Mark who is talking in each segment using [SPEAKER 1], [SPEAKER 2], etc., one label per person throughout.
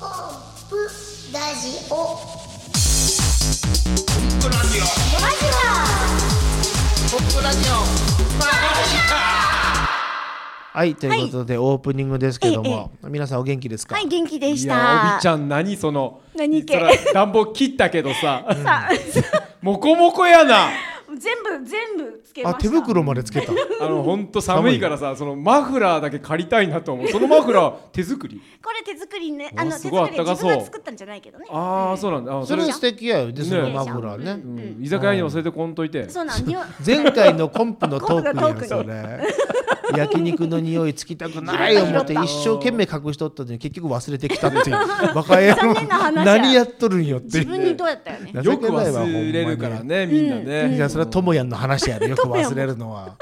[SPEAKER 1] ップラジ
[SPEAKER 2] ポッ
[SPEAKER 1] オ
[SPEAKER 2] プラジオ
[SPEAKER 1] ラジ
[SPEAKER 2] ポップラジオ
[SPEAKER 3] はい、ということで、オープニングですけども、皆さんお元気ですか、
[SPEAKER 4] はい、元気で
[SPEAKER 5] い
[SPEAKER 4] し
[SPEAKER 5] やお
[SPEAKER 4] た。
[SPEAKER 5] びちゃん何その
[SPEAKER 4] 何系
[SPEAKER 5] そら暖房切ったけどさ
[SPEAKER 4] さ
[SPEAKER 5] もこもこやな
[SPEAKER 4] 全部全部つけま
[SPEAKER 3] あ、
[SPEAKER 4] した。
[SPEAKER 3] 手袋までつけた。
[SPEAKER 5] あのほんと寒いからさそのマフラーだけ借りたいなと思うそのマフラー手作り
[SPEAKER 4] これ手作りね、
[SPEAKER 5] お
[SPEAKER 4] あの手
[SPEAKER 5] す
[SPEAKER 4] 作
[SPEAKER 5] ごい
[SPEAKER 4] りで
[SPEAKER 5] あったか
[SPEAKER 4] 自
[SPEAKER 5] そう
[SPEAKER 4] 分が作ったんじゃないけどね。
[SPEAKER 5] ああそうなんだあ
[SPEAKER 3] それ素敵やよ、で、その
[SPEAKER 5] ね
[SPEAKER 3] マフラー
[SPEAKER 5] う
[SPEAKER 3] ね。
[SPEAKER 5] ん居酒屋にもそれでこんといて
[SPEAKER 4] そうなんだよ。
[SPEAKER 3] 前回のコンプのトークやん
[SPEAKER 4] コンプのトークに
[SPEAKER 3] それ。焼肉の匂いつきたくない思って、一生懸命隠しとったのに、結局忘れてきたっていう。バカ野郎
[SPEAKER 4] 残念な話
[SPEAKER 3] 何やっとるんよっていう。
[SPEAKER 4] 自分にどうやったよね。
[SPEAKER 5] よく忘れるからねみんなね、
[SPEAKER 3] いや、それはともやんの話やで、よく忘れるのは。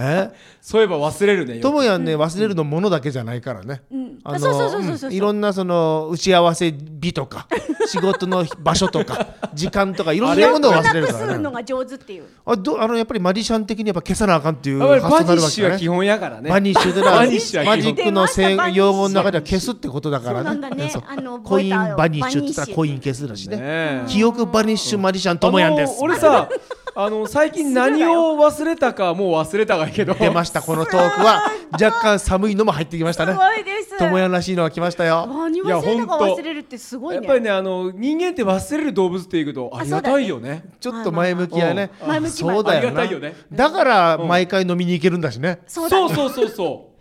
[SPEAKER 3] え
[SPEAKER 5] そういえば忘れるねよく
[SPEAKER 3] ともやんね、忘れるのものだけじゃないからね。あの
[SPEAKER 4] そうそうそうそうそう
[SPEAKER 3] うんいろんなその打ち合わせ日と か仕事の場所とか時間とかいろんなものを忘れる
[SPEAKER 4] く
[SPEAKER 3] か
[SPEAKER 4] する
[SPEAKER 3] ら
[SPEAKER 4] の
[SPEAKER 3] ね。
[SPEAKER 4] が上手っていう。
[SPEAKER 3] あどあのやっぱりマジシャン的にやっぱ消さなあかんっていう
[SPEAKER 5] やっぱ
[SPEAKER 3] 発
[SPEAKER 5] り
[SPEAKER 3] 想にな
[SPEAKER 5] バ
[SPEAKER 3] るわけだ
[SPEAKER 5] ニッシュは基
[SPEAKER 3] ね。
[SPEAKER 5] 本やからね
[SPEAKER 3] バニッシュでな
[SPEAKER 5] バニッシュは基
[SPEAKER 3] マ
[SPEAKER 5] 本
[SPEAKER 3] ジックのせい
[SPEAKER 4] バニッシュ
[SPEAKER 3] 用語の中では消すってことだから
[SPEAKER 4] そうなんだね
[SPEAKER 3] そう
[SPEAKER 4] あの
[SPEAKER 3] コイン
[SPEAKER 4] 覚えた
[SPEAKER 3] バニッシュって言ったらコイン
[SPEAKER 4] バニ
[SPEAKER 3] 消すだしね
[SPEAKER 5] ねえ
[SPEAKER 3] 記憶バニッシュマジシャンともやんです
[SPEAKER 5] あの俺さあの最近何を忘れたかもう忘れたがいいけど
[SPEAKER 3] 出ましたこのトークは若干寒いのも入ってきました
[SPEAKER 4] す
[SPEAKER 3] ね
[SPEAKER 4] ごいです。
[SPEAKER 3] ともやんらしいのが来ましたよ
[SPEAKER 4] 何
[SPEAKER 5] いや
[SPEAKER 4] 忘れたか
[SPEAKER 5] ほんと
[SPEAKER 4] 忘れるってすごい
[SPEAKER 5] やっ
[SPEAKER 4] ね。
[SPEAKER 5] ぱりねあの人間って忘れる動物っていうとありがたいよね
[SPEAKER 3] ちょっと前向きやね
[SPEAKER 4] まあまあまあ前向き
[SPEAKER 3] そうだよ
[SPEAKER 5] あ
[SPEAKER 3] な
[SPEAKER 5] りがたいよね
[SPEAKER 3] だから毎回飲みに行けるんだしね
[SPEAKER 5] そ
[SPEAKER 4] そううだ
[SPEAKER 5] そう
[SPEAKER 4] ね。
[SPEAKER 5] そうそう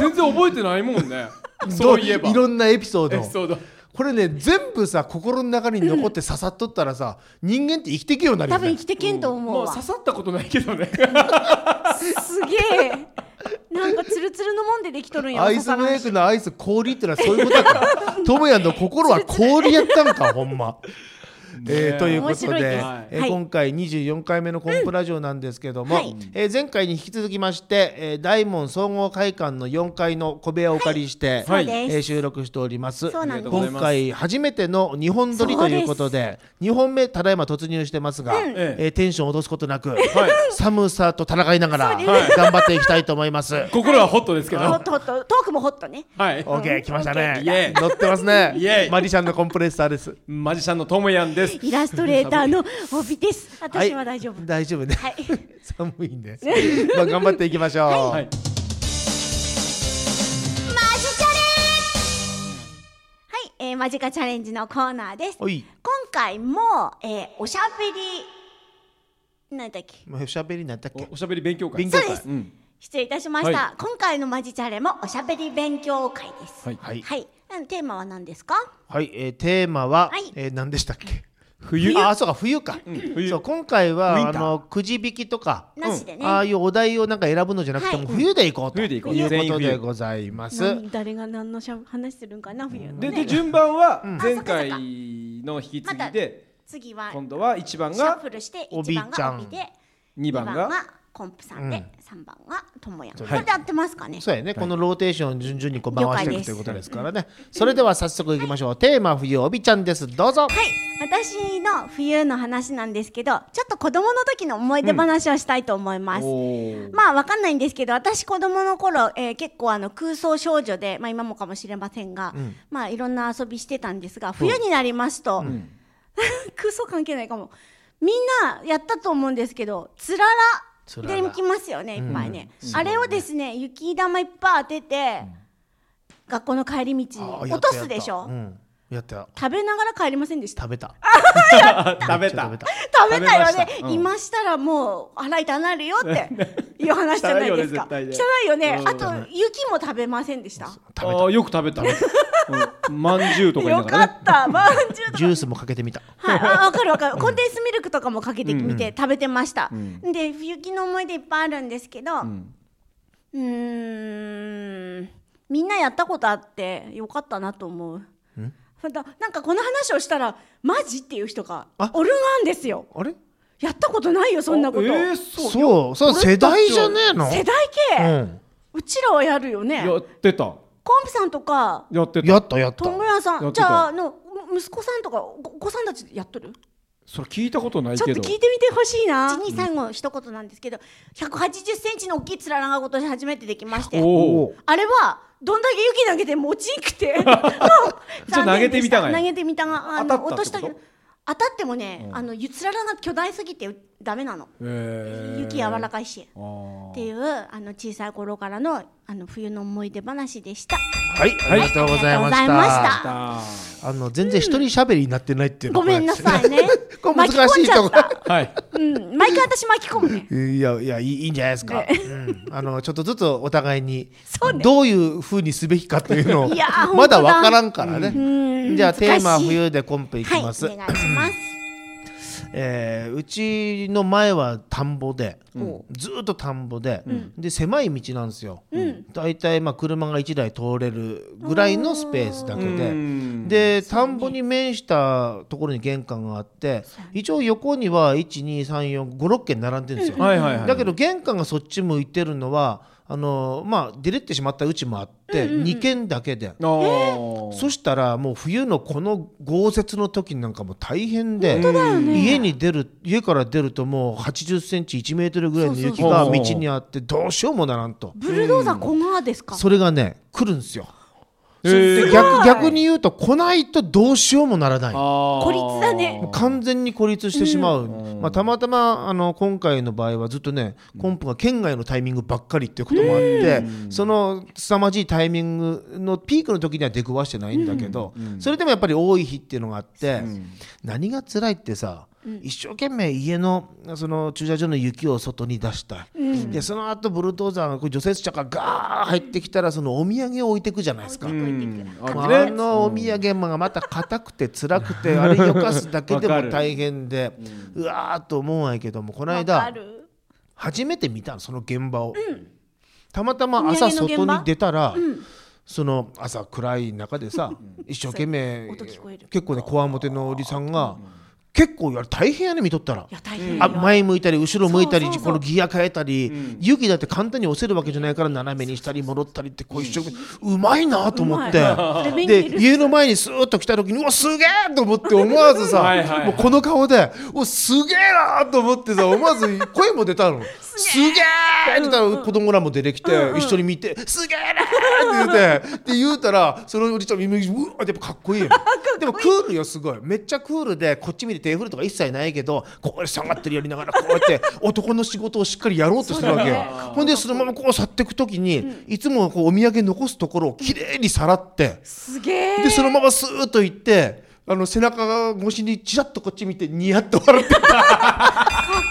[SPEAKER 5] 全然覚えてないもん ねそういえば
[SPEAKER 3] どろんなエピソー
[SPEAKER 5] エ
[SPEAKER 3] ド
[SPEAKER 5] ピソード
[SPEAKER 3] これね全部さ心の中に残って刺さっとったらさ、人間って生きてけようになる
[SPEAKER 4] 多
[SPEAKER 3] よ
[SPEAKER 4] 分生
[SPEAKER 3] ね
[SPEAKER 4] きてけんと思う
[SPEAKER 5] まあ
[SPEAKER 4] わ。
[SPEAKER 5] 刺さったことないけどね
[SPEAKER 4] すげえ。なんかツルツルのもんでできとるんや。
[SPEAKER 3] アイスブレイ
[SPEAKER 4] お魚
[SPEAKER 3] クのアイス氷ってのはそういうことかともやんの心は氷やったんかほんま。えーということで
[SPEAKER 4] 面白いです
[SPEAKER 3] えー
[SPEAKER 4] はい
[SPEAKER 3] 今回24回目のコンプラジオなんですけども、
[SPEAKER 4] うんはい
[SPEAKER 3] えー前回に引き続きまして、えー大門総合会館の4階の小部屋をお借りして、
[SPEAKER 4] そう
[SPEAKER 3] え
[SPEAKER 4] です。
[SPEAKER 3] ー収録しております
[SPEAKER 4] そうなんです
[SPEAKER 3] 今回初めての2本撮りということで2本目ただいま突入してますが、えーテンションを落とすことなく、寒さと戦いながら
[SPEAKER 4] そう
[SPEAKER 5] です
[SPEAKER 3] 頑張っていきたいと思い ます。
[SPEAKER 5] 心はホットですけど
[SPEAKER 4] ホ
[SPEAKER 5] は
[SPEAKER 4] ットホットトークもホットね。
[SPEAKER 5] い
[SPEAKER 3] オッケー来ました
[SPEAKER 5] イエ
[SPEAKER 3] ね
[SPEAKER 5] イ
[SPEAKER 3] 乗ってますね
[SPEAKER 5] イエイ
[SPEAKER 3] マリシャンのコンプレッサーです
[SPEAKER 5] マジシャンのともやんです
[SPEAKER 4] イラストレーターの帯です。
[SPEAKER 3] い
[SPEAKER 4] 私は大丈夫。
[SPEAKER 3] 大丈夫ね
[SPEAKER 4] はい。
[SPEAKER 3] 寒いんでまあ頑張っていきましょう、
[SPEAKER 5] はい
[SPEAKER 4] はい、えー、マジカチャレンジのコーナーです。
[SPEAKER 3] お
[SPEAKER 4] 今
[SPEAKER 3] い
[SPEAKER 4] 回も、えー、おしゃべり、なんだっけ、
[SPEAKER 3] もうおしゃべりになったっけ
[SPEAKER 5] おおしゃべり勉強会
[SPEAKER 3] 勉強会
[SPEAKER 4] そうです
[SPEAKER 5] うん
[SPEAKER 4] 失礼いたしました。
[SPEAKER 5] は
[SPEAKER 4] 今回のマジチャレもおしゃべり勉強会です。
[SPEAKER 5] はい
[SPEAKER 3] はい
[SPEAKER 4] はい。うんテーマは何ですか
[SPEAKER 3] はい、えーテーマは、
[SPEAKER 4] はい
[SPEAKER 3] えー何でしたっけ
[SPEAKER 5] 冬
[SPEAKER 3] あそうか冬か、
[SPEAKER 5] 冬
[SPEAKER 3] そう今回
[SPEAKER 5] ウィ
[SPEAKER 3] は
[SPEAKER 5] ン
[SPEAKER 3] あ
[SPEAKER 5] ター
[SPEAKER 3] のくじ引きとか、
[SPEAKER 4] なしでね
[SPEAKER 3] ああいうお題をなんか選ぶのじゃなくて、
[SPEAKER 4] はい
[SPEAKER 3] もう冬でいこうと
[SPEAKER 5] 冬で
[SPEAKER 3] い
[SPEAKER 5] いうこ
[SPEAKER 3] こ
[SPEAKER 5] う
[SPEAKER 3] とでございます、
[SPEAKER 4] なん誰が何のしゃ話するんかな、冬の、
[SPEAKER 5] で
[SPEAKER 4] ね。
[SPEAKER 5] で順番は
[SPEAKER 3] ん
[SPEAKER 5] 前回の引き継ぎで
[SPEAKER 4] 次は、
[SPEAKER 5] 今度は1番
[SPEAKER 4] シャッ
[SPEAKER 5] が
[SPEAKER 4] フルして、
[SPEAKER 3] 帯
[SPEAKER 4] 1番が
[SPEAKER 3] ち
[SPEAKER 4] 帯
[SPEAKER 3] ゃ
[SPEAKER 4] で、
[SPEAKER 5] 2
[SPEAKER 4] 2
[SPEAKER 5] 番
[SPEAKER 4] 番
[SPEAKER 5] が
[SPEAKER 4] がコンプさんで、
[SPEAKER 3] うん
[SPEAKER 4] 3番がともやん。こ
[SPEAKER 3] そう
[SPEAKER 4] れで合ってますかね
[SPEAKER 3] そうやね、このローテーション順々にこう回していくということですからねそれでは早速いきましょう、テーマ冬おびちゃんですどうぞ
[SPEAKER 4] はい、私の冬の話なんですけど、ちょっと子供の時の思い出話をしたいと思います。まあわかんないんですけど私子供の頃、えー結構あの空想少女で、まあ、今もかもしれませんが、まあいろんな遊びしてたんですが冬になりますと、 空想関係ないかもみんなやったと思うんですけどつら
[SPEAKER 3] つら
[SPEAKER 4] ら
[SPEAKER 3] ら
[SPEAKER 4] できますよねいっぱいね、あれをですね雪玉いっぱい当てて、学校の帰り道
[SPEAKER 3] あ
[SPEAKER 4] に
[SPEAKER 3] やっ
[SPEAKER 4] 落
[SPEAKER 3] た
[SPEAKER 4] とすでしょ、
[SPEAKER 3] うん、やった
[SPEAKER 4] 食べながら帰りませんでした
[SPEAKER 3] 食べた
[SPEAKER 5] 食べた
[SPEAKER 3] 食べた
[SPEAKER 4] 食べたよね
[SPEAKER 5] 食べましたうん
[SPEAKER 4] 今したらもう洗いたなる よっていう話じゃないですか
[SPEAKER 5] 汚いよね絶対ね
[SPEAKER 4] 汚いよね
[SPEAKER 5] うん
[SPEAKER 4] あと雪も食べませんでした
[SPEAKER 3] 食べ
[SPEAKER 5] ああよく食 べた、うん、まんじゅうとか言い
[SPEAKER 4] よ
[SPEAKER 5] な
[SPEAKER 4] から
[SPEAKER 5] がね
[SPEAKER 4] ったまんじゅう
[SPEAKER 3] ジュースもかけてみた
[SPEAKER 4] はいあわかるわかるコンデンスミルクとかもかけてみて食べてましたで雪の思い出いっぱいあるんですけど
[SPEAKER 5] ん
[SPEAKER 4] うーんみんなやったことあってよかったなと思うほんとなんかこの話をしたらマジっていう人がおるがんですよ
[SPEAKER 3] あれ
[SPEAKER 4] やったことないよそんなこと
[SPEAKER 5] え
[SPEAKER 4] 世
[SPEAKER 5] ーそう
[SPEAKER 3] そうそう世代じゃねえの
[SPEAKER 4] 代系
[SPEAKER 3] うん、
[SPEAKER 4] うちらはやるよね。
[SPEAKER 5] やってた
[SPEAKER 4] コンプさんとか、
[SPEAKER 5] やって
[SPEAKER 3] や
[SPEAKER 5] た
[SPEAKER 3] ったやった
[SPEAKER 4] 友也さ
[SPEAKER 5] や
[SPEAKER 4] ん、
[SPEAKER 5] っ
[SPEAKER 4] じ
[SPEAKER 5] てた
[SPEAKER 4] ゃあ、あの、む息子さんとか、おお子さんたちやっとる。
[SPEAKER 5] それ聞いたことない
[SPEAKER 4] ちょっ
[SPEAKER 5] け
[SPEAKER 4] と聞い
[SPEAKER 5] ど
[SPEAKER 4] てみてほしいな。一二三後一言なんですけど、180センチの大きいつららが今年初めてできまして、
[SPEAKER 5] おお
[SPEAKER 4] あれはどんだけ雪投げても落ちんくて
[SPEAKER 5] ちょっと投げてみたがや
[SPEAKER 4] 投げてみたがあ
[SPEAKER 5] 当
[SPEAKER 4] の
[SPEAKER 5] たったってこと
[SPEAKER 4] 落としたけど当たってもね、あのゆつららが巨大すぎてうダメなの、
[SPEAKER 5] え
[SPEAKER 4] 雪柔らかいし
[SPEAKER 5] あー
[SPEAKER 4] っていうあの小さい頃からのあの冬の思い出話でした
[SPEAKER 3] はい、ありがとうございました。
[SPEAKER 4] あ
[SPEAKER 5] あ
[SPEAKER 3] あの全然一人喋りになってないっていうの
[SPEAKER 4] ご
[SPEAKER 3] がこれ
[SPEAKER 4] めんなさいね
[SPEAKER 3] これ難しいとこ
[SPEAKER 4] 巻き込んじゃった
[SPEAKER 5] ーはい
[SPEAKER 4] うん、毎回私巻き込むね
[SPEAKER 3] いやいやいいいいんじゃないですか、うん、あのちょっとずつお互いに
[SPEAKER 4] そうね
[SPEAKER 3] どういうふうにすべきかというのを
[SPEAKER 4] いや ー
[SPEAKER 3] まだ
[SPEAKER 4] 本当だ
[SPEAKER 3] 分からんからね、
[SPEAKER 4] ん
[SPEAKER 3] じゃあテーマ
[SPEAKER 4] 難しい
[SPEAKER 3] 冬でコンペいき
[SPEAKER 4] はいお願
[SPEAKER 3] ま
[SPEAKER 4] い
[SPEAKER 3] す、
[SPEAKER 4] します
[SPEAKER 3] えーうちの前は田んぼで、ずーっと田んぼで、で狭い道なんですよ、だいたいまあ車が1台通れるぐらいのスペースだけで、
[SPEAKER 5] うん
[SPEAKER 3] で田んぼに面したところに玄関があって一応横には12345軒並んでるんですよ、
[SPEAKER 5] はいはいはい
[SPEAKER 3] だけど玄関がそっち向いてるのはあのまあ出れってしまったうちもあって、2軒だけで。
[SPEAKER 5] あー
[SPEAKER 3] そしたらもう冬のこの豪雪の時なんかもう大変で、
[SPEAKER 4] ね
[SPEAKER 3] 家に出る家から出るともう8 0センチ1メートルぐらいの雪
[SPEAKER 5] そうそう
[SPEAKER 3] が
[SPEAKER 5] そ
[SPEAKER 3] 道
[SPEAKER 5] う
[SPEAKER 3] にあってどうしようもならんと
[SPEAKER 4] ブルドーザーこがですか
[SPEAKER 3] それがね来るんですよ
[SPEAKER 5] えー
[SPEAKER 3] で逆逆に言うと来ないとどうしようもならない
[SPEAKER 5] あー
[SPEAKER 4] 孤立だね
[SPEAKER 3] もう完全に孤立してしまう、まあ、たまたまあの今回の場合はずっとねコンプが県外のタイミングばっかりっていうこともあって、その凄まじいタイミングのピークの時には出くわしてないんだけど、それでもやっぱり多い日っていうのがあって、何が辛いってさ一生懸命家のその駐車場の雪を外に出した、でその後ブルドーザーがこう除雪車がガー入ってきたらそのお土産を置いてくじゃないですか。
[SPEAKER 5] うん
[SPEAKER 3] ま
[SPEAKER 5] あ
[SPEAKER 3] ああ
[SPEAKER 5] ね
[SPEAKER 3] のお土産もがまた硬くて辛くてあれよかすだけで
[SPEAKER 5] わ
[SPEAKER 3] も
[SPEAKER 5] かる
[SPEAKER 3] 大変でうわーっと思うんやけどもこの
[SPEAKER 4] わか
[SPEAKER 3] 間
[SPEAKER 4] る
[SPEAKER 3] 初めて見たのその現場を、たまたま朝
[SPEAKER 4] お土産の
[SPEAKER 3] 外
[SPEAKER 4] 現場
[SPEAKER 3] に出たら、その朝暗い中で さ一生懸命
[SPEAKER 4] 音聞こえる
[SPEAKER 3] 結構ねこわもてのおじさんが結構あれ大変やね見とったら
[SPEAKER 4] い。や大変よ
[SPEAKER 3] あ前向いたり後ろ向いたり
[SPEAKER 4] そうそうそう
[SPEAKER 3] このギア変えたり、雪だって簡単に押せるわけじゃないから斜めにしたり戻ったりってこう一生懸命うまいなと思って
[SPEAKER 4] うまいそれ勉強にな
[SPEAKER 3] で家の前にスーッと来た時にうわすげえと思って思わずさ
[SPEAKER 5] はいはいはい
[SPEAKER 3] もうこの顔でうわすげえなと思 ってさ思わず声も出たのすげえって言ったら子供らも出てきて、一緒に見てすげえなって 言ってで言うたらそのおじちゃん耳うわやっぱかっこいいよでもクールよすごいめっちゃクールでこっち見て手振るとか一切ないけどこう下がってるやりながらこうやって男の仕事をしっかりやろうとするわけよ、ほんでそのままこう去っていく時に、いつもこうお土産残すところをきれいにさらって。
[SPEAKER 4] すげえ
[SPEAKER 3] でそのままスーッと行ってあの背中越しにちらっとこっち見てニヤッと笑ってた
[SPEAKER 5] かっ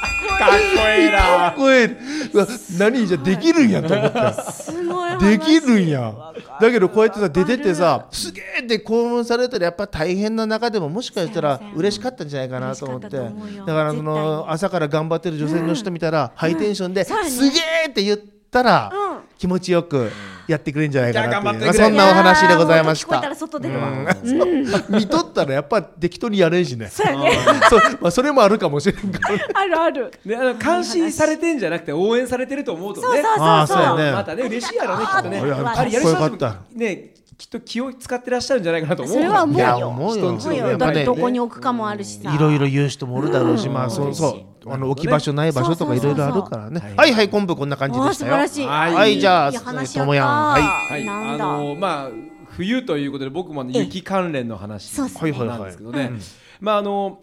[SPEAKER 5] こええ
[SPEAKER 3] かっ
[SPEAKER 5] な
[SPEAKER 3] こええうわ何じゃできるんやと思った
[SPEAKER 4] すごい話
[SPEAKER 3] できるんやだけどこうやってさ出ててさすげえって興奮されたらやっぱ大変な中でももしかしたら
[SPEAKER 4] そうやね
[SPEAKER 3] 嬉しかったんじゃないかなと思って
[SPEAKER 4] 嬉しかったと思うよ
[SPEAKER 3] だからそ
[SPEAKER 4] 絶
[SPEAKER 3] の朝から頑張ってる女性の人見たら、ハイテンションで、
[SPEAKER 4] そうやね
[SPEAKER 3] すげえって言ったら、
[SPEAKER 4] うん
[SPEAKER 3] 気持ちよくやってくれるんじゃないかなっていう、まあ、
[SPEAKER 5] じゃあ頑張ってくれ
[SPEAKER 3] そんなお話でございまし
[SPEAKER 4] やーもう聞こえ
[SPEAKER 3] た
[SPEAKER 4] たら外出るわ
[SPEAKER 3] うん見とったらやっぱ適当にやれんしね
[SPEAKER 4] そうやね
[SPEAKER 3] そうまあ、それもあるかもしれん から、ね、
[SPEAKER 4] あるある
[SPEAKER 5] であの感心されてんじゃなくて応援されてると思うと
[SPEAKER 4] そうそう
[SPEAKER 5] ね
[SPEAKER 4] そうそう
[SPEAKER 3] あーそうやね
[SPEAKER 5] またね嬉しいやろねきっとね
[SPEAKER 4] あーいやかっ
[SPEAKER 5] あれやる
[SPEAKER 3] こよか
[SPEAKER 5] 人
[SPEAKER 3] った
[SPEAKER 5] ねきっと気を使ってらっしゃるんじゃないかなと思う
[SPEAKER 4] それは思う
[SPEAKER 3] いや
[SPEAKER 4] よ
[SPEAKER 3] 思うよ
[SPEAKER 5] 人んち
[SPEAKER 4] 思う
[SPEAKER 5] の
[SPEAKER 3] や
[SPEAKER 4] よ
[SPEAKER 3] っ
[SPEAKER 4] だ
[SPEAKER 3] ぱ
[SPEAKER 4] って
[SPEAKER 3] ね
[SPEAKER 4] どこに置くかもあるしさ
[SPEAKER 3] いろいろ言う人もおるだろうし、まあそうそうあの置き場所ない場所とかいろいろあるからねはいはい昆布こんな感じ
[SPEAKER 4] あ
[SPEAKER 3] で
[SPEAKER 4] ー
[SPEAKER 3] した
[SPEAKER 4] 素晴
[SPEAKER 3] よ
[SPEAKER 4] らしい
[SPEAKER 5] はい
[SPEAKER 3] はいじゃ
[SPEAKER 4] いい
[SPEAKER 3] あ
[SPEAKER 4] 話
[SPEAKER 3] と
[SPEAKER 4] やった
[SPEAKER 3] もやんは
[SPEAKER 5] はい、
[SPEAKER 4] な
[SPEAKER 5] あ
[SPEAKER 4] んだ
[SPEAKER 5] のーまあ冬ということで僕もあの雪関連の話
[SPEAKER 4] そう
[SPEAKER 5] な
[SPEAKER 4] っ
[SPEAKER 5] ん
[SPEAKER 4] す
[SPEAKER 3] ねはいはいはい
[SPEAKER 5] ですけどね、まああの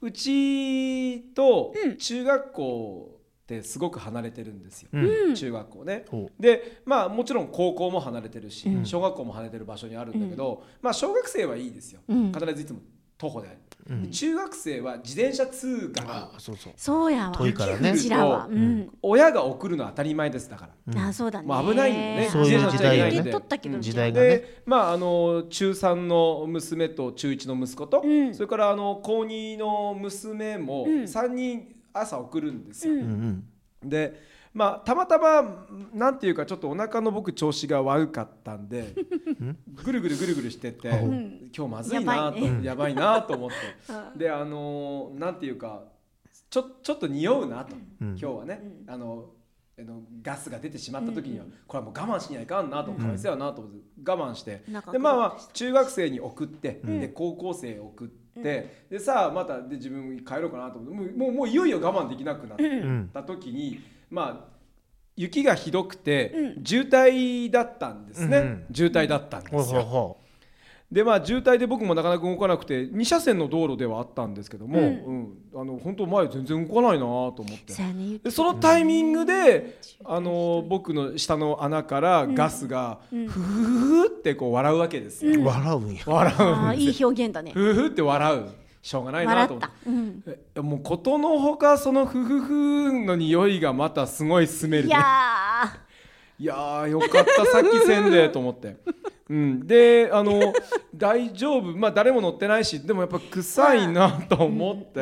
[SPEAKER 5] うちと中学校ってすごく離れてるんですよ、中学校ね。
[SPEAKER 3] ほ
[SPEAKER 5] でまあもちろん高校も離れてるし、小学校も離れてる場所にあるんだけど、まあ小学生はいいですよ、必ずいつも徒歩である、で中学生は自転車通学、
[SPEAKER 3] いそうそう
[SPEAKER 4] そうやわ
[SPEAKER 3] 遠いからね
[SPEAKER 4] うちらは
[SPEAKER 5] う
[SPEAKER 4] うん
[SPEAKER 5] 親が送るのは当たり前ですだから、
[SPEAKER 4] あそうだね
[SPEAKER 5] もう危ないんだよね、
[SPEAKER 3] そういう時代よね
[SPEAKER 5] 自転車乗っちゃいけ
[SPEAKER 4] 受
[SPEAKER 5] ないんで
[SPEAKER 4] け取ったけど
[SPEAKER 3] 時代がね
[SPEAKER 5] でまああの中3の娘と中1の息子と、
[SPEAKER 4] ん
[SPEAKER 5] それからあの高2の娘も
[SPEAKER 4] ん
[SPEAKER 5] 3人朝送るんですよ。
[SPEAKER 4] うん
[SPEAKER 3] うんうん
[SPEAKER 5] でまあたまたまなんていうかちょっとお腹の僕調子が悪かったん でぐるぐるぐるぐるしてて、
[SPEAKER 4] ん
[SPEAKER 5] 今日まずいなと
[SPEAKER 4] やばい
[SPEAKER 5] やばいなと思ってであのなんていうかちょちょっと匂うなと、今日はね、あのあのガスが出てしまった時には、これはもう我慢しにはいかんなと、かわいそうやなと思って我慢して、
[SPEAKER 4] 中
[SPEAKER 5] でまあまあ中学生に送って、で高校生送って。でさあまたで自分帰ろうかなと思ってもうもうもういよいよ我慢できなくなって、
[SPEAKER 3] うん
[SPEAKER 5] った時にまあ雪がひどくて、
[SPEAKER 4] う
[SPEAKER 5] 渋滞だったんですね、
[SPEAKER 3] うんうん
[SPEAKER 5] 渋滞だったんですよ、
[SPEAKER 3] ほうほうほう
[SPEAKER 5] でまあ渋滞で僕もなかなか動かなくて2車線の道路ではあったんですけども、
[SPEAKER 4] う
[SPEAKER 5] うんあの本当前全然動かないなと思って
[SPEAKER 4] そうやね
[SPEAKER 5] でそのタイミングで、あの僕の下の穴からガスが
[SPEAKER 4] うん
[SPEAKER 5] ふふふってこう笑うわけですよ、
[SPEAKER 3] 笑うんや
[SPEAKER 5] 笑
[SPEAKER 4] あ
[SPEAKER 5] う
[SPEAKER 4] ーいい表現だね
[SPEAKER 5] ふふふって笑うしょうがない
[SPEAKER 4] 笑
[SPEAKER 5] なと
[SPEAKER 4] っ
[SPEAKER 5] 思ったて、
[SPEAKER 4] うん、
[SPEAKER 5] えもうことのほかそのふふふの匂いがまたすごいスメル
[SPEAKER 4] い
[SPEAKER 5] で
[SPEAKER 4] や
[SPEAKER 5] いやーよかったさっきせんでと思って。うん、であの大丈夫まあ誰も乗ってないしでもやっぱ臭いなと思って、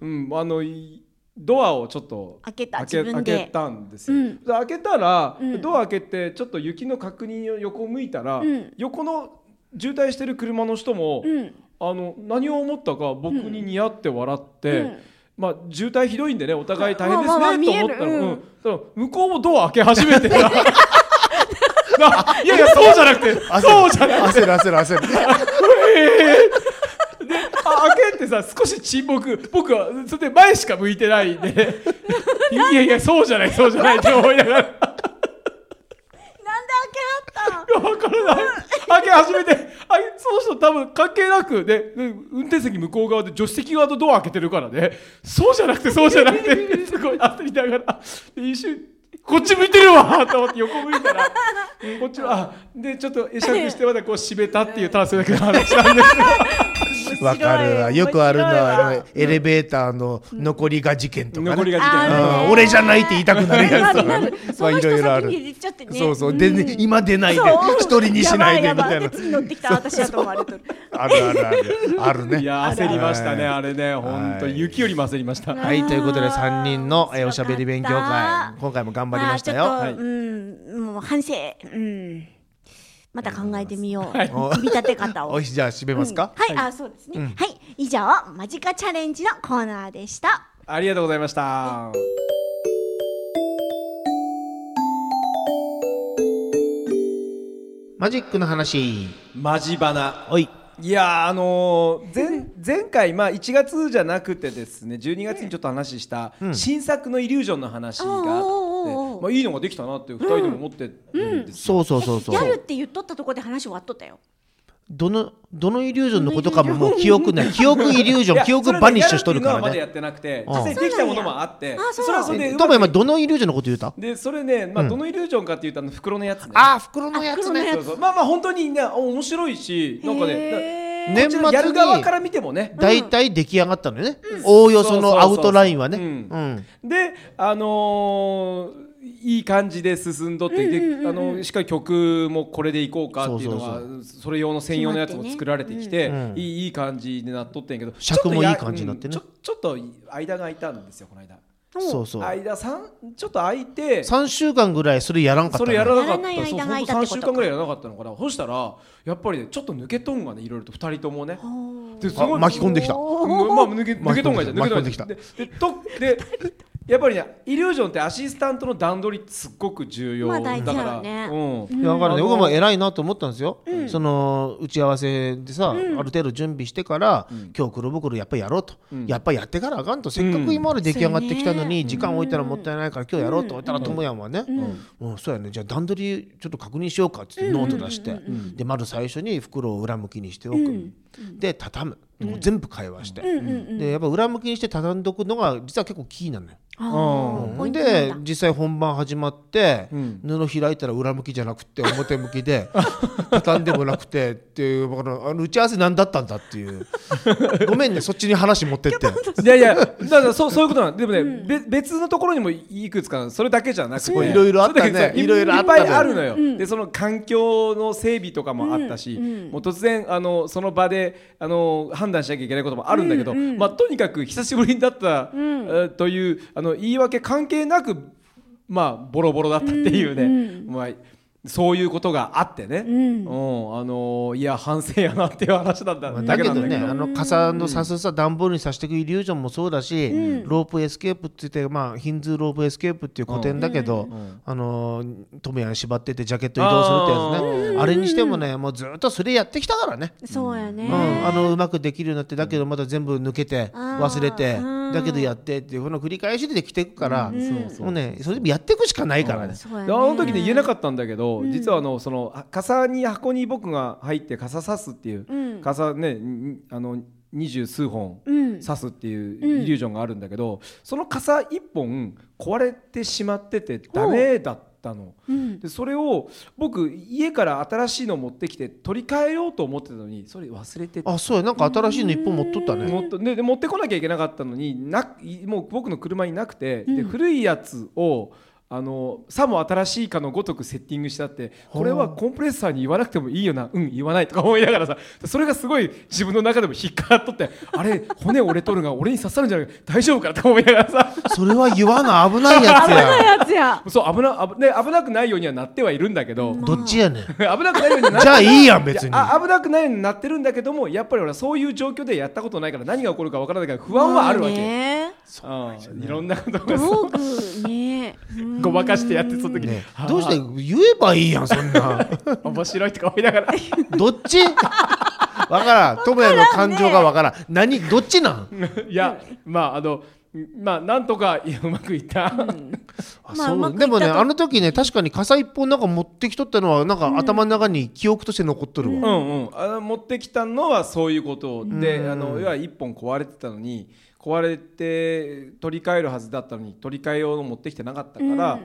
[SPEAKER 5] うんあのいドアをちょっと
[SPEAKER 4] 開けた
[SPEAKER 5] 開け
[SPEAKER 4] 自分で
[SPEAKER 5] 開けたんですよ、
[SPEAKER 4] うん
[SPEAKER 5] で開けたら、
[SPEAKER 4] うん
[SPEAKER 5] ドア開けてちょっと雪の確認を横向いたら、
[SPEAKER 4] うん
[SPEAKER 5] 横の渋滞してる車の人も、
[SPEAKER 4] ーうん
[SPEAKER 5] あの何を思ったか僕に似合って笑って、
[SPEAKER 4] うん
[SPEAKER 5] まあ渋滞ひどいんでねお互い大変で
[SPEAKER 4] まあまあ
[SPEAKER 5] すねと
[SPEAKER 4] 見
[SPEAKER 5] 思っ
[SPEAKER 4] え
[SPEAKER 5] た
[SPEAKER 4] るう
[SPEAKER 5] ら、
[SPEAKER 4] ん
[SPEAKER 5] うんただ向こうもドア開け始め てたないやいやそうじゃなくて
[SPEAKER 3] 焦る
[SPEAKER 5] そうじゃなく
[SPEAKER 3] 焦る焦る焦る
[SPEAKER 5] てであ開けってさ少し沈黙僕はそれで前しか向いてないん でいやいやそうじゃないそうじゃないって思いながら。
[SPEAKER 4] なんで開けはったん
[SPEAKER 5] いやわからない開け始めてあその人多分関係なくでで運転席向こう側で助手席側とドア開けてるからねそうじゃなくてそうじゃなくてすごい焦りながらで一瞬こっち向いてるわと思って横向いたらこっちはあでちょっと会釈してまだこう締めたっていうただそれだけの話なんですけど
[SPEAKER 3] わかるわ
[SPEAKER 4] 面白い
[SPEAKER 3] よくあるの
[SPEAKER 4] 面
[SPEAKER 3] は
[SPEAKER 4] 白
[SPEAKER 3] あ
[SPEAKER 4] い
[SPEAKER 3] のエレベーターの残りが事件とか
[SPEAKER 5] 残り
[SPEAKER 3] ね
[SPEAKER 5] が事件
[SPEAKER 4] あー
[SPEAKER 3] うん俺じゃないって言いたくなるやつとか
[SPEAKER 4] な
[SPEAKER 3] ね
[SPEAKER 4] るなる
[SPEAKER 3] ま
[SPEAKER 4] そ
[SPEAKER 3] あ
[SPEAKER 4] の
[SPEAKER 3] い
[SPEAKER 4] 人
[SPEAKER 3] ろいろあ
[SPEAKER 4] 先
[SPEAKER 3] る
[SPEAKER 4] に言っちゃってね
[SPEAKER 3] そうそうでね今出ないで
[SPEAKER 4] そう
[SPEAKER 3] 一人にしないでみたい
[SPEAKER 4] やばやば
[SPEAKER 3] な
[SPEAKER 4] で次乗ってきた私だと思われてる
[SPEAKER 3] あるあるあるある
[SPEAKER 5] い
[SPEAKER 3] ね
[SPEAKER 5] や焦りましたねあれね
[SPEAKER 3] い
[SPEAKER 5] 本当雪よりも焦りました
[SPEAKER 3] はいということで三人のえーお
[SPEAKER 4] 面
[SPEAKER 3] しゃ
[SPEAKER 4] 白かった
[SPEAKER 3] べり勉強会今回も頑張りましたよ
[SPEAKER 4] あ
[SPEAKER 3] は
[SPEAKER 4] ーちょっ
[SPEAKER 3] い
[SPEAKER 4] と、うんもう反省うんまた考えてみよう
[SPEAKER 3] お
[SPEAKER 4] 組み立て方を
[SPEAKER 3] おいじゃあ締めますか
[SPEAKER 4] はい、あそうですね、はい以上マジカチャレンジのコーナーでした
[SPEAKER 5] ありがとうございました。
[SPEAKER 3] マジックの話
[SPEAKER 5] マジバナ
[SPEAKER 3] おい
[SPEAKER 5] いやーあのー、前前回まあ1月じゃなくてですね12月にちょっと話した
[SPEAKER 3] ん
[SPEAKER 5] 新作のイリュージョンの話があって、
[SPEAKER 4] おーおーおーおー
[SPEAKER 5] まあ、いいのができたなって2人でも思ってるんですよ、
[SPEAKER 3] そうそうそうそう
[SPEAKER 4] ギャルって言っとったところで話終わっとったよ
[SPEAKER 3] どのどのイリュージョンのことかももう記憶ない記憶イリュージョ
[SPEAKER 5] い
[SPEAKER 3] ン
[SPEAKER 5] や
[SPEAKER 3] 記
[SPEAKER 5] そ
[SPEAKER 3] 憶
[SPEAKER 5] れはね
[SPEAKER 3] バニッシュしとるから
[SPEAKER 5] ギャルっていうのはまだや
[SPEAKER 3] ね
[SPEAKER 5] ってなくて
[SPEAKER 3] うん
[SPEAKER 5] 実際にできたものもあって
[SPEAKER 4] あそう
[SPEAKER 5] それはそれで
[SPEAKER 3] え
[SPEAKER 5] う
[SPEAKER 3] トムは今
[SPEAKER 5] まく
[SPEAKER 3] どのイリュージョンのこと言うた
[SPEAKER 5] でそれね、まあ、どのイリュージョンかっていうとあの袋のやつね
[SPEAKER 3] あー袋のや
[SPEAKER 4] あ
[SPEAKER 3] つ
[SPEAKER 4] 袋のや
[SPEAKER 3] ね
[SPEAKER 4] つ
[SPEAKER 5] そうそうまあまあ本当にね面白いしなんかね
[SPEAKER 4] へー
[SPEAKER 5] な
[SPEAKER 3] 年末
[SPEAKER 5] こちらやる側
[SPEAKER 3] に
[SPEAKER 5] から見てもね
[SPEAKER 3] 大体出来上がったのよね、おおよそのアウトラインはね
[SPEAKER 5] そううそうそうそ
[SPEAKER 3] ん
[SPEAKER 5] であのーいい感じで進んどって、であのーしっかり曲もこれでいこうかっていうの
[SPEAKER 3] そ
[SPEAKER 5] が
[SPEAKER 3] う
[SPEAKER 5] それ用の専用のやつも作られてき
[SPEAKER 3] 決
[SPEAKER 5] て
[SPEAKER 3] まってねうん
[SPEAKER 5] いいいい感じになっとってんやけど
[SPEAKER 3] 尺も
[SPEAKER 5] ちょっとや
[SPEAKER 3] いい感じになってね
[SPEAKER 5] うんちょちょっと間が空いたんですよこの間
[SPEAKER 3] そうそう
[SPEAKER 5] 間さんちょっと空いて
[SPEAKER 3] 3週間ぐらいそれやらんかった
[SPEAKER 5] そ
[SPEAKER 3] ね
[SPEAKER 5] れやらなかった
[SPEAKER 4] やらない間
[SPEAKER 5] そう
[SPEAKER 4] が
[SPEAKER 5] ほ
[SPEAKER 4] 空
[SPEAKER 5] ん
[SPEAKER 4] い
[SPEAKER 5] と
[SPEAKER 4] たってこ
[SPEAKER 5] 3
[SPEAKER 4] とか
[SPEAKER 5] 週間ぐらいやらなかったのかなそしたらやっぱりねちょっと抜けとんがねいろいろと2人ともねです
[SPEAKER 3] あ巻き込んできた
[SPEAKER 5] うんまあ抜け抜けとんがいじゃん
[SPEAKER 3] 巻き込ん
[SPEAKER 5] 抜けとんがい
[SPEAKER 3] で
[SPEAKER 5] じ
[SPEAKER 3] きた
[SPEAKER 5] ゃんででとでやっぱりねイリュージョンってアシスタントの段取りすっごく重要
[SPEAKER 4] まあ
[SPEAKER 5] だ
[SPEAKER 4] 大事
[SPEAKER 5] か
[SPEAKER 4] や
[SPEAKER 5] ら
[SPEAKER 4] ろね
[SPEAKER 5] うん
[SPEAKER 3] いやだからね
[SPEAKER 5] あの
[SPEAKER 3] 僕も偉いなと思ったんですよ、その打ち合わせでさ、ある程度準備してから、今日黒袋やっぱりやろうと、やっぱりやってからあかんとせっかく今まで出来上がってきたのに、時間置いたらもったいないから今日やろうと思ったら智也はね、うんそうやねじゃあ段取りちょっと確認しようかっつってノート出して、でまず最初に袋を裏向きにしておく、で畳む、もう全部会話して、でやっぱ裏向きにして畳んどくのが実は結構キーなのよ。
[SPEAKER 4] あ
[SPEAKER 5] う
[SPEAKER 4] ーポイントなん
[SPEAKER 3] で
[SPEAKER 4] だ
[SPEAKER 3] 実際本番始まって、
[SPEAKER 5] ん
[SPEAKER 3] 布開いたら裏向きじゃなくて表向きで 畳んでもなくてっていう僕のあの打ち合わせ何だったんだっていうごめんねそっちに話持ってって
[SPEAKER 5] いやいやだからそうそういうことなんでもね、べ別のところにもいくつかそれだけじゃなくて
[SPEAKER 3] そういろいろあったね
[SPEAKER 5] それだけじゃ
[SPEAKER 3] いろいろあった
[SPEAKER 5] い
[SPEAKER 3] ね
[SPEAKER 5] っぱいあるのよ、でその環境の整備とかもあったし、もう突然あのその場であの判断しなきゃいけないこともあるんだけど、まあ、とにかく久しぶりだった、えーというあの言い訳関係なくまあボロボロだったっていうね、まあそういうことがあってね、うんあのいや反省やなっていう話だった
[SPEAKER 3] まあだ
[SPEAKER 5] だけ
[SPEAKER 3] け
[SPEAKER 5] な
[SPEAKER 3] ど
[SPEAKER 5] んだけ
[SPEAKER 3] ね
[SPEAKER 5] ど、
[SPEAKER 3] あの傘のさすさ段ボールにさしていくイリュージョンもそうだし、ロープエスケープって言って、まあ、ヒンズーロープエスケープっていう古典だけど、あのトムヤに縛っててジャケット移動するってやつねあれにしてもねもうずっとそれやってきたからね。
[SPEAKER 4] そうやね、
[SPEAKER 3] うん、あのうまくできるようになってだけどまだ全部抜けて
[SPEAKER 4] あー
[SPEAKER 3] 忘れて
[SPEAKER 4] うん
[SPEAKER 3] だけどやってっていうこの繰り返しでできていくから
[SPEAKER 5] そうそう
[SPEAKER 3] もうねそれでやっていくしかないからね。
[SPEAKER 4] そうやね
[SPEAKER 5] であの時ね言えなかったんだけど、実はあのそのあ傘に箱に僕が入って傘さすっていう、
[SPEAKER 4] うん
[SPEAKER 5] 傘ねにあの二十数本
[SPEAKER 4] うん
[SPEAKER 5] さすっていうイリュージョンがあるんだけど、その傘一本壊れてしまっててダメだったの。
[SPEAKER 4] うん
[SPEAKER 5] でそれを僕家から新しいの持ってきて取り替えようと思ってたのにそれ忘れてて
[SPEAKER 3] あそうやなんか新しいの一本持っとったね。
[SPEAKER 5] 持っとでで持ってこなきゃいけなかったのになくいもう僕の車になくて、で古いやつをあのさも新しいかのごとくセッティングしてあってこれはコンプレッサーに言わなくてもいいよなうん言わないとか思いながらさそれがすごい自分の中でも引っかかっとってあれ骨折れとるが俺に刺さるんじゃない大丈夫かなとか思いながらさ
[SPEAKER 3] それは言わな危ないやつ
[SPEAKER 4] 危ない
[SPEAKER 3] や。
[SPEAKER 4] やつや
[SPEAKER 5] そう危な危,、ね、危なくないようにはなってはいるんだけど、
[SPEAKER 3] どっちやねん。
[SPEAKER 5] 危なくないようにはなっ
[SPEAKER 3] じゃあいいやん
[SPEAKER 5] いや
[SPEAKER 3] 別に。
[SPEAKER 5] あ危なくないようになってるんだけどもやっぱり俺はそういう状況でやったことないから何が起こるかわからないから不安はあるわけ、
[SPEAKER 4] ね
[SPEAKER 5] うんいろんなことが
[SPEAKER 4] 道具ねうん
[SPEAKER 5] ごまかしてやってその時に、
[SPEAKER 3] ね
[SPEAKER 5] あ、ー
[SPEAKER 3] どうして言えばいいやんそんな。
[SPEAKER 5] 面白いとか思いなが ら
[SPEAKER 3] どっち？わからん。友也の感情がわからん。何どっちなん？
[SPEAKER 5] いやまああのまあなんとかいやうまくいった、
[SPEAKER 3] あ
[SPEAKER 4] まあ
[SPEAKER 3] そう
[SPEAKER 4] うまくいった
[SPEAKER 3] でもね
[SPEAKER 4] と
[SPEAKER 3] あの時ね確かに傘一本なんか持ってきとったのはなんか頭の中に記憶として残っとるわ。
[SPEAKER 5] うんうん、あの持ってきたのはそういうことで、あの要は1本壊れてたのに壊れて取り替えるはずだったのに取り替え用の持ってきてなかったから、うん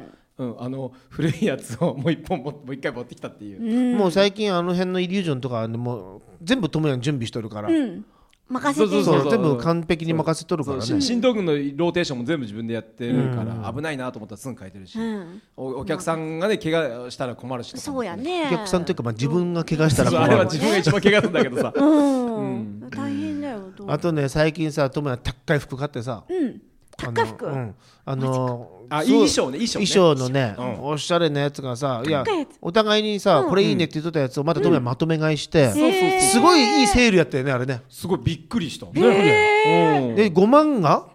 [SPEAKER 5] あの古いやつをもう1本ももう1回持ってきたっていう、
[SPEAKER 3] もう最近あの辺のイリュージョンとかはねもう全部友也に準備しとるから、
[SPEAKER 4] うん任せて
[SPEAKER 5] そうそう
[SPEAKER 3] そう全部完璧に任せとるから
[SPEAKER 5] そう
[SPEAKER 3] ね
[SPEAKER 5] し振動軍のローテーションも全部自分でやってるから危ないなと思ったらすぐ変えてるし、
[SPEAKER 4] うん
[SPEAKER 5] おお客さんがね怪我したら困るしとか
[SPEAKER 4] そうやね
[SPEAKER 3] お客さんというかまあ自分が怪我したら
[SPEAKER 5] そう
[SPEAKER 3] 困
[SPEAKER 5] あれは
[SPEAKER 3] る
[SPEAKER 5] 自分が一番怪我するんだけどさ
[SPEAKER 4] うん大変だよどう
[SPEAKER 3] あとね最近さ友也高い服買ってさ、
[SPEAKER 4] うん高い服
[SPEAKER 3] あの,、うん、あの
[SPEAKER 5] あ
[SPEAKER 3] そう
[SPEAKER 5] 衣装ね衣装ね
[SPEAKER 3] 衣装のね、
[SPEAKER 5] うん
[SPEAKER 3] おしゃれなやつがさいや
[SPEAKER 4] 高いやつ
[SPEAKER 3] お互いにさ、これいいねって言っとったやつをまた友也まとめ買いして、
[SPEAKER 4] そうそうそう
[SPEAKER 3] すごいいいセールやったよねあれね
[SPEAKER 5] すごいびっくりした、うん
[SPEAKER 3] で5万が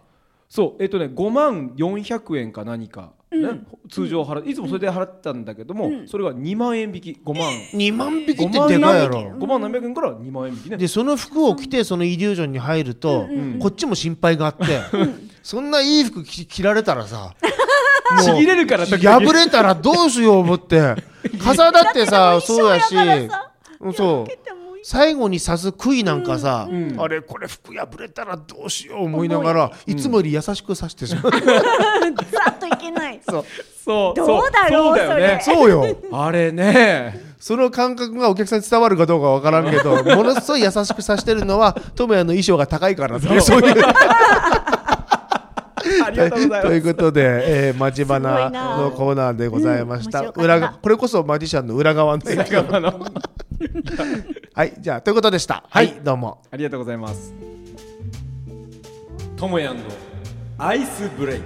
[SPEAKER 5] そうえっとね5万400円か何か、ね通常払っていつもそれで払ってたんだけども、それが2万円引き5万
[SPEAKER 3] 2万匹って
[SPEAKER 5] 5
[SPEAKER 3] で
[SPEAKER 5] 万
[SPEAKER 3] かいやろ
[SPEAKER 5] 5万何百円から2万円 引きね
[SPEAKER 3] でその服を着てそのイリュージョンに入ると、こっちも心配があって、そんないい服着着られたら さもう
[SPEAKER 5] ちぎれるから時々
[SPEAKER 3] 破れたらどうしよう思 って傘だってさそうやしうんそう最後にさす杭なんかさ、あれこれ服破れたらどうしよう思いながらいつもより優しくさしてしまう、
[SPEAKER 4] ずらっといけない
[SPEAKER 3] そう
[SPEAKER 5] そう
[SPEAKER 4] どうだろう
[SPEAKER 5] そうだよね
[SPEAKER 3] そうよ
[SPEAKER 5] あれね
[SPEAKER 3] その感覚がお客さんに伝わるかどうかわからんけ どものすごい優しくさしてるのは智也の衣装が高いからねそういう
[SPEAKER 5] ありがとうございます
[SPEAKER 3] ということで、えー、マジバ
[SPEAKER 4] すご
[SPEAKER 3] ナ
[SPEAKER 4] いな
[SPEAKER 3] のコーナーでございました。
[SPEAKER 4] うん面白かった
[SPEAKER 3] 裏がこれこそマジシャンの裏側の。
[SPEAKER 5] あの
[SPEAKER 3] はい、じゃあということでした。
[SPEAKER 5] はい
[SPEAKER 3] はい、どうも。
[SPEAKER 5] ありがとうございます。ともやんのアイスブレイク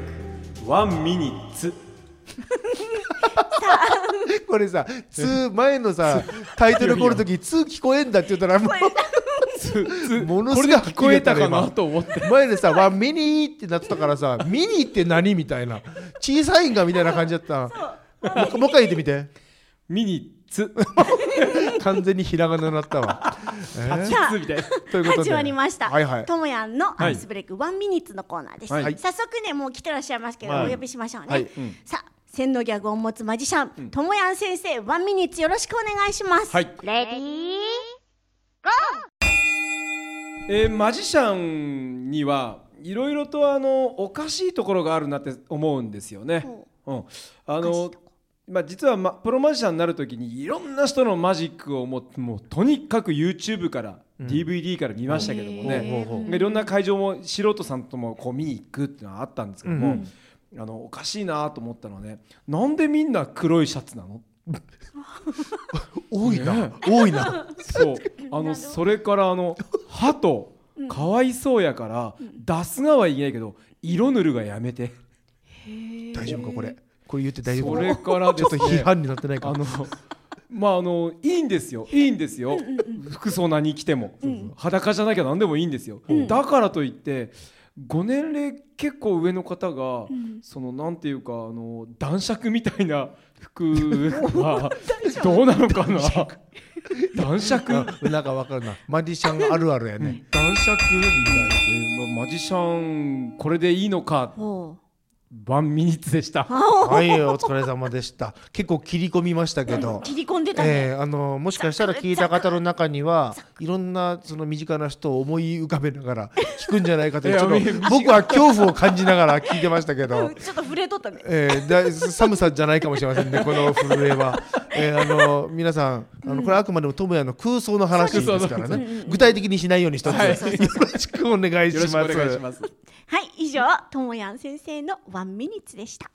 [SPEAKER 5] ワンミニッツ。
[SPEAKER 3] これさ、ツー前のさ、タイトルコールの時、ツー聞こえんだって言ったらもう。 ものすごい
[SPEAKER 5] これで聞こえたかな
[SPEAKER 3] 今
[SPEAKER 5] と思って
[SPEAKER 3] 前でさ「わミニ」ってなってたからさ「ミニって何?」みたいな小さいんかみたいな感じだったもうもう一回言ってみて
[SPEAKER 5] ミニ ッツ。
[SPEAKER 3] 完全にひらがなになったわ
[SPEAKER 5] ッチッツみたいな。
[SPEAKER 3] ということで
[SPEAKER 4] 始まりました。
[SPEAKER 3] はいはい
[SPEAKER 4] ともやんのアイスブレイクワンミニッツのコーナーです。
[SPEAKER 5] はい
[SPEAKER 4] 早速ね、もう来てらっしゃいますけど、
[SPEAKER 3] はい
[SPEAKER 4] お呼びしましょうね。
[SPEAKER 3] はい
[SPEAKER 4] さあ、洗脳ギャグを持つマジシャン、ともやん先生、ワンミニッツよろしくお願いします。
[SPEAKER 5] はい。
[SPEAKER 1] レディー
[SPEAKER 5] えーマジシャンにはいろいろとあのおかしいところがあるなって思うんですよね。うん、あのまあ、実は、ま、プロマジシャンになるときにいろんな人のマジックをもうもうとにかく YouTube から、DVD から見ましたけどもね、
[SPEAKER 3] ほうほうほ
[SPEAKER 5] いろんな会場も素人さんともこう見に行くっていうのはあったんですけども、あのおかしいなと思ったのはねなんでみんな黒いシャツなの
[SPEAKER 3] 多いな多いな
[SPEAKER 5] そうあのそれからあの歯とかわいそうやから出すがはいけないけど色塗るがやめて
[SPEAKER 3] 大丈夫かこれこれ言って大丈夫
[SPEAKER 5] それから
[SPEAKER 3] ち
[SPEAKER 5] で
[SPEAKER 3] ょっ
[SPEAKER 5] す
[SPEAKER 3] と
[SPEAKER 5] ね
[SPEAKER 3] 批判になってないか
[SPEAKER 5] あのまああのいいんですよいいんですよ服装何着ても、裸じゃなきゃ何でもいいんですよ、だからといってご年齢結構上の方が、そのなんていうかあの男爵みたいな服はどうなのかな男爵男爵
[SPEAKER 3] ななんかわかるなマジシャンあるあるやね
[SPEAKER 5] みたいな、えーまマジシャンこれでいいのか
[SPEAKER 4] ほ
[SPEAKER 5] ワンミニッツでした。
[SPEAKER 3] はいお疲れ様でした結構切り込みましたけど
[SPEAKER 4] う切り込んでたね、
[SPEAKER 3] えーあのもしかしたら聞いた方の中にはいろんなその身近な人を思い浮かべながら聞くんじゃないかというちょっ
[SPEAKER 5] いや
[SPEAKER 3] と僕は恐怖を感じながら聞いてましたけど
[SPEAKER 4] うん、ちょっと触れとったね
[SPEAKER 3] えーだい寒さじゃないかもしれませんねこの震えは、えーあの皆さんあのこれはあくまでも智也の空想の話ですからね具体的にしないように一つ、
[SPEAKER 5] はい
[SPEAKER 3] よろしくお願いし
[SPEAKER 5] よろしくお
[SPEAKER 3] ま
[SPEAKER 5] 願い
[SPEAKER 3] す
[SPEAKER 5] し。ます。
[SPEAKER 4] はい以上ともやん先生のワンミニッツでした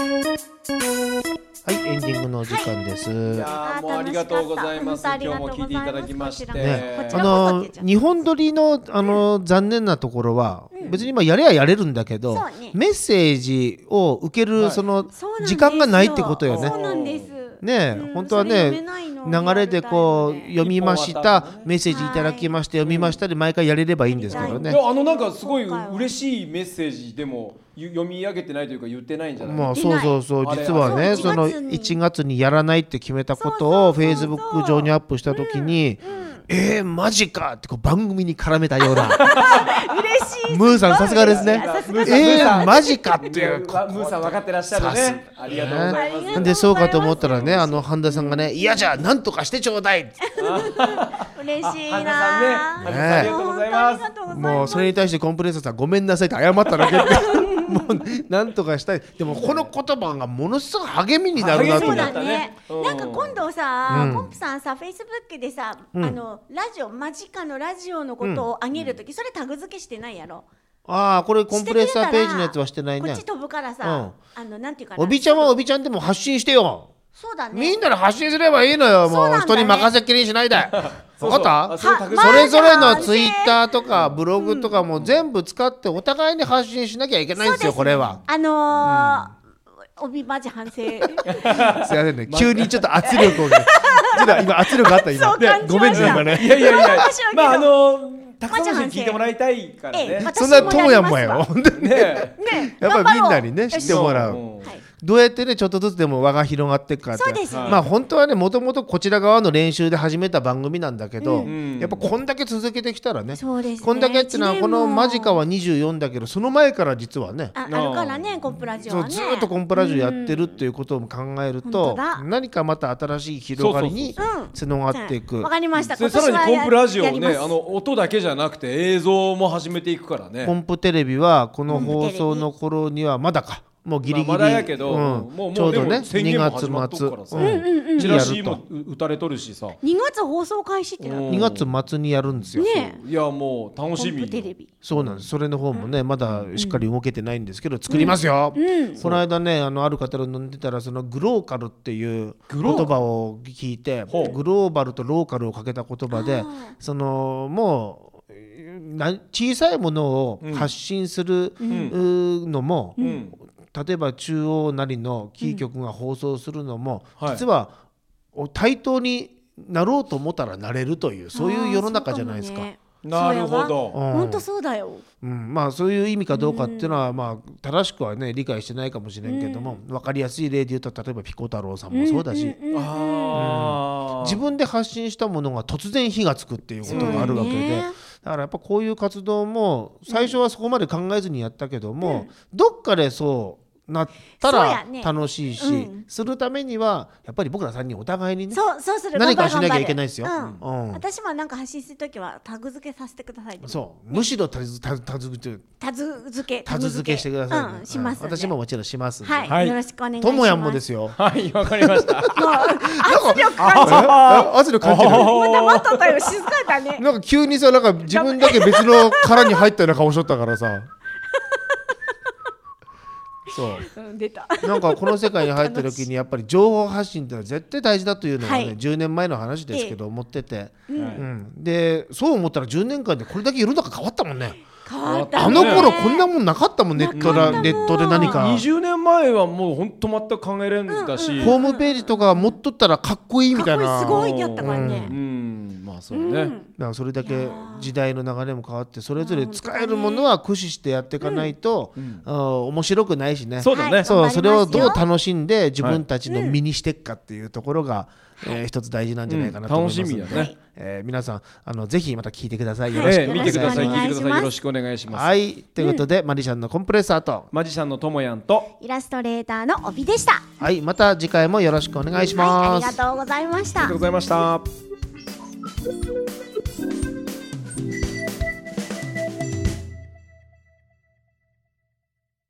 [SPEAKER 3] はいエンディングのお時間です。
[SPEAKER 5] いやーもうありがとうございます。
[SPEAKER 4] 楽し
[SPEAKER 5] 今
[SPEAKER 4] かっ
[SPEAKER 5] 日
[SPEAKER 4] た
[SPEAKER 5] も聞いていただきまして。
[SPEAKER 4] ね
[SPEAKER 3] あ
[SPEAKER 4] こちら
[SPEAKER 3] の
[SPEAKER 4] こそ
[SPEAKER 3] 日本撮りのあの残念なところは、別にまあやれややれるんだけど、
[SPEAKER 4] そうね
[SPEAKER 3] メッセージを受け
[SPEAKER 5] は
[SPEAKER 3] る
[SPEAKER 5] い
[SPEAKER 3] その
[SPEAKER 4] そうなんです
[SPEAKER 3] 時
[SPEAKER 4] よ
[SPEAKER 3] 間がないってことよね
[SPEAKER 4] そう。なんです
[SPEAKER 3] ねえ
[SPEAKER 4] うん
[SPEAKER 3] 本当は
[SPEAKER 4] それ
[SPEAKER 3] ね
[SPEAKER 4] 読めないの
[SPEAKER 3] 流れでこ
[SPEAKER 4] リアルタイム
[SPEAKER 3] う読
[SPEAKER 4] で
[SPEAKER 3] みまし
[SPEAKER 5] 一本渡
[SPEAKER 3] た
[SPEAKER 5] るのね
[SPEAKER 3] メッセージいただきました読みましたで毎回やれればいいんですけど
[SPEAKER 5] い
[SPEAKER 3] ね。
[SPEAKER 5] やあのなんかすごい
[SPEAKER 4] 今回は
[SPEAKER 5] 嬉しいメッセージでもゆ読み上げてないというか言ってないんじゃない
[SPEAKER 3] まあ
[SPEAKER 4] 出な
[SPEAKER 3] そう
[SPEAKER 4] い
[SPEAKER 3] そうそう
[SPEAKER 5] あれ
[SPEAKER 3] 実は
[SPEAKER 4] あ
[SPEAKER 3] ね
[SPEAKER 4] そう
[SPEAKER 3] その
[SPEAKER 4] 1
[SPEAKER 3] 1月にやらないって決めたことを
[SPEAKER 4] そうそうそうそう
[SPEAKER 3] Facebook 上にアップした時に「えーマジか!」ってこう番組に絡めた ような
[SPEAKER 4] 嬉しい
[SPEAKER 3] ムーさんさすがですね
[SPEAKER 5] さす
[SPEAKER 3] 「
[SPEAKER 5] が
[SPEAKER 3] えーマジか!」って
[SPEAKER 5] い
[SPEAKER 3] い
[SPEAKER 5] や
[SPEAKER 3] う
[SPEAKER 5] わムーさん分かってらっしゃる
[SPEAKER 3] さすが
[SPEAKER 5] ね。ありがとうございます。
[SPEAKER 4] ね
[SPEAKER 3] でそうかと思ったらねあの半田さんがね「いやじゃあなんとかしてちょうだい」って
[SPEAKER 4] 嬉しいな
[SPEAKER 5] あ花さんね。花さんありがとうございます。
[SPEAKER 3] もうそれに対してコンプレッサーさんごめんなさいって謝っただけでもうなんとかしたいでもこの言葉がものすごく励みになるなと思
[SPEAKER 4] そう
[SPEAKER 3] っ
[SPEAKER 4] だ
[SPEAKER 3] て
[SPEAKER 5] た
[SPEAKER 4] ね
[SPEAKER 5] ね。うん
[SPEAKER 4] なんか今度さ、
[SPEAKER 3] うん
[SPEAKER 4] ポンプさんさ、フェイスブックでさ、
[SPEAKER 3] ん
[SPEAKER 4] あのラジオ間近のラジオのことをあげるとき、それタグ付けしてないやろ。
[SPEAKER 3] ああこれコンプレッサーページのやつはしてない
[SPEAKER 4] こ
[SPEAKER 3] ね
[SPEAKER 4] っち飛ぶからさ、あのなんていうかな。
[SPEAKER 3] おびちゃんはおびちゃんでも発信してよ
[SPEAKER 4] そうだね。
[SPEAKER 3] みんなで発信すればいいのよ
[SPEAKER 4] そう
[SPEAKER 3] も
[SPEAKER 4] な
[SPEAKER 3] うん
[SPEAKER 4] だね
[SPEAKER 3] 人に任せっきりにしないで
[SPEAKER 5] そ
[SPEAKER 3] 分
[SPEAKER 5] うそ
[SPEAKER 3] か
[SPEAKER 5] う
[SPEAKER 3] った
[SPEAKER 5] あそれタグ
[SPEAKER 4] は
[SPEAKER 3] それぞれの
[SPEAKER 4] まあ
[SPEAKER 3] ツイッターとかブログとかも全部使ってお互いに発信しなきゃいけないんですよこれは
[SPEAKER 4] あのー、おびマジ反 省。
[SPEAKER 3] すいませんね急にちょっと圧力 をちょっと今圧力あった
[SPEAKER 4] そう感じましたごめんね
[SPEAKER 3] ね
[SPEAKER 4] 今
[SPEAKER 5] いやいやいや
[SPEAKER 4] 面白いけ。ど
[SPEAKER 5] まああのたくさんの人に聞いてもらいたいから
[SPEAKER 4] ええ、
[SPEAKER 5] ね。
[SPEAKER 3] そんなともやん
[SPEAKER 4] も
[SPEAKER 3] もやよ。 本当に
[SPEAKER 5] ね。
[SPEAKER 4] ね、
[SPEAKER 3] やっぱりみんなにね
[SPEAKER 4] 頑張ろう
[SPEAKER 3] 知ってもらう
[SPEAKER 5] うん
[SPEAKER 4] はい
[SPEAKER 3] どうやってねちょっとずつでも輪が広がっていくかって
[SPEAKER 4] そうですね
[SPEAKER 3] まあ本当はねもともとこちら側の練習で始めた番組なんだけど、
[SPEAKER 5] ん
[SPEAKER 3] やっぱこんだけ続けてきたらね
[SPEAKER 4] そうですね
[SPEAKER 3] こんだけってのはこの「マジカ」は24だけどその前から実はね
[SPEAKER 4] あ、あるからね、コンプラジオ
[SPEAKER 3] そ
[SPEAKER 4] は
[SPEAKER 3] う
[SPEAKER 4] ね。
[SPEAKER 3] ずっとコンプラジオやってるっていうことも考える
[SPEAKER 4] うん本当
[SPEAKER 3] と、
[SPEAKER 4] だ
[SPEAKER 3] 何かまた新しい広がりに
[SPEAKER 4] そうそうそう
[SPEAKER 3] つながっていく
[SPEAKER 4] わかりました。
[SPEAKER 5] でさらにコンプラジオをねあ
[SPEAKER 4] の
[SPEAKER 5] の音だけじゃなくて映像も始めていくからね。
[SPEAKER 3] コンプテレビはこの放送の頃にはまだかもうギリギリ、
[SPEAKER 5] まあまだやけど、
[SPEAKER 3] うん
[SPEAKER 5] もう
[SPEAKER 3] ちょ
[SPEAKER 5] も
[SPEAKER 3] う
[SPEAKER 5] うで
[SPEAKER 3] ど
[SPEAKER 5] も
[SPEAKER 3] ね
[SPEAKER 5] 宣
[SPEAKER 3] 2
[SPEAKER 5] 言も
[SPEAKER 3] 月
[SPEAKER 5] 始まっと
[SPEAKER 3] 末
[SPEAKER 5] くからさ、
[SPEAKER 3] ん
[SPEAKER 5] チラシ
[SPEAKER 3] や
[SPEAKER 5] も
[SPEAKER 3] る
[SPEAKER 5] 打たれとるしさ、
[SPEAKER 4] 2月放送開始ってな
[SPEAKER 5] う
[SPEAKER 4] ね
[SPEAKER 5] ん
[SPEAKER 3] 2月末にやるんですよ、
[SPEAKER 5] いやもう楽
[SPEAKER 4] コ
[SPEAKER 5] し
[SPEAKER 4] ン
[SPEAKER 5] みよ
[SPEAKER 4] プテレビ。
[SPEAKER 3] そうなんですそれの方もねまだしっかり動けてないんですけど作りますよ、この間ねあのある方と飲んでたらそのグローカルっていう言
[SPEAKER 5] グロー
[SPEAKER 3] 葉を聞いて
[SPEAKER 5] ほう
[SPEAKER 3] グローバルとローカルをかけた言葉で
[SPEAKER 4] あー
[SPEAKER 3] そのもうな小さいものを発信するうーのも、
[SPEAKER 5] うん、
[SPEAKER 3] 例えば中央なりのキー局が放送するのも、
[SPEAKER 5] はい
[SPEAKER 3] 実はお対等になろうと思ったらなれるというそういう世の中じゃないですか。
[SPEAKER 5] なるほど。
[SPEAKER 4] 本当そうだよ。
[SPEAKER 3] うん、まあそういう意味かどうかっていうのは、まあ正しくはね理解してないかもしれんけども、分かりやすい例で言うと例えばピコ太郎さんもそうだし、
[SPEAKER 5] あ
[SPEAKER 3] 自分で発信したものが突然火がつくっていうことがあるわけで、
[SPEAKER 4] そうだね
[SPEAKER 3] だからやっぱこういう活動も最初はそこまで考えずにやったけども、どっかでそうなった
[SPEAKER 4] そうや
[SPEAKER 3] ら
[SPEAKER 4] ね
[SPEAKER 3] 楽しいし、
[SPEAKER 4] うん
[SPEAKER 3] するためにはやっぱり僕ら3人お互いにね
[SPEAKER 4] そうそうする。
[SPEAKER 3] 何か
[SPEAKER 4] 頑張る
[SPEAKER 3] しなきゃいけないですよ
[SPEAKER 4] うん
[SPEAKER 3] うん
[SPEAKER 4] 私もなんか発信するときはタグ付けさせてください。
[SPEAKER 3] そうむしろたずたずたずたず
[SPEAKER 4] タグ付け。
[SPEAKER 3] たず付けしてくださいね、
[SPEAKER 4] うん、しますん
[SPEAKER 3] はい
[SPEAKER 4] で。
[SPEAKER 3] 私ももちろんしますんで
[SPEAKER 4] は。
[SPEAKER 5] はいい
[SPEAKER 4] よろしくお願いします。
[SPEAKER 3] ともやんもですよ
[SPEAKER 5] あ、はい、わかり ました。
[SPEAKER 3] あ圧力感じる
[SPEAKER 4] また待っとったよ。静かだね。
[SPEAKER 3] なんか急にさなんか自分だけ別の殻に入ったような顔しとったから さそう
[SPEAKER 4] うん出た。
[SPEAKER 3] なんかこの世界に入った時にやっぱり情報発信ってのは絶対大事だというのがね、
[SPEAKER 4] はい
[SPEAKER 3] 10年前の話ですけど思ってて、うんでそう思ったら10年間でこれだけ世の中変わったもんね
[SPEAKER 4] 変わった、ね、
[SPEAKER 3] あの頃こんなもんなかったもんネット
[SPEAKER 4] なかった
[SPEAKER 3] ら
[SPEAKER 4] もん
[SPEAKER 3] ネットで何か
[SPEAKER 5] 20年前はもう本当全く考えれんだし、
[SPEAKER 3] ホームページとか持っとったらかっこいいみた
[SPEAKER 4] か
[SPEAKER 3] い
[SPEAKER 4] っこいい
[SPEAKER 3] な
[SPEAKER 4] すごいやったから
[SPEAKER 5] う
[SPEAKER 4] ね、
[SPEAKER 5] んまあそう
[SPEAKER 4] うん
[SPEAKER 5] ね、
[SPEAKER 3] だからそれだ
[SPEAKER 4] い
[SPEAKER 3] け
[SPEAKER 4] やー
[SPEAKER 3] 時代の流れも変わってそれぞれ使えるものは駆使してやっていかないと、
[SPEAKER 5] ん
[SPEAKER 3] あー面白くないしね
[SPEAKER 5] そうだね、
[SPEAKER 4] はい
[SPEAKER 3] そ
[SPEAKER 4] 頑張り
[SPEAKER 3] うそ
[SPEAKER 4] ます
[SPEAKER 3] れ
[SPEAKER 4] よ
[SPEAKER 3] をどう楽しんで自分たちの身にしていくかっていうところが、えー一つ大事なんじゃないかなと思います、
[SPEAKER 5] うん楽しみだねはい
[SPEAKER 3] えー皆さんあのぜひまた聞いてくださいよろしく
[SPEAKER 5] え
[SPEAKER 3] お
[SPEAKER 5] え、
[SPEAKER 3] 願
[SPEAKER 5] 見
[SPEAKER 3] い
[SPEAKER 5] て
[SPEAKER 3] し
[SPEAKER 5] く
[SPEAKER 3] ま
[SPEAKER 5] だ
[SPEAKER 3] す
[SPEAKER 5] さい
[SPEAKER 4] お
[SPEAKER 5] 聞い
[SPEAKER 4] 願い
[SPEAKER 5] て
[SPEAKER 4] します
[SPEAKER 5] くださいよろしくお願いします、
[SPEAKER 3] はいということで、マリシャンのコンプレッサーと
[SPEAKER 5] マジシャンのともやんと
[SPEAKER 4] イラストレーターの帯でしたは
[SPEAKER 3] はいまた次回もよろしくお願いし
[SPEAKER 4] い
[SPEAKER 3] ま
[SPEAKER 4] あり
[SPEAKER 3] す、
[SPEAKER 4] がとうございまし
[SPEAKER 5] ありが
[SPEAKER 4] た
[SPEAKER 5] とうございました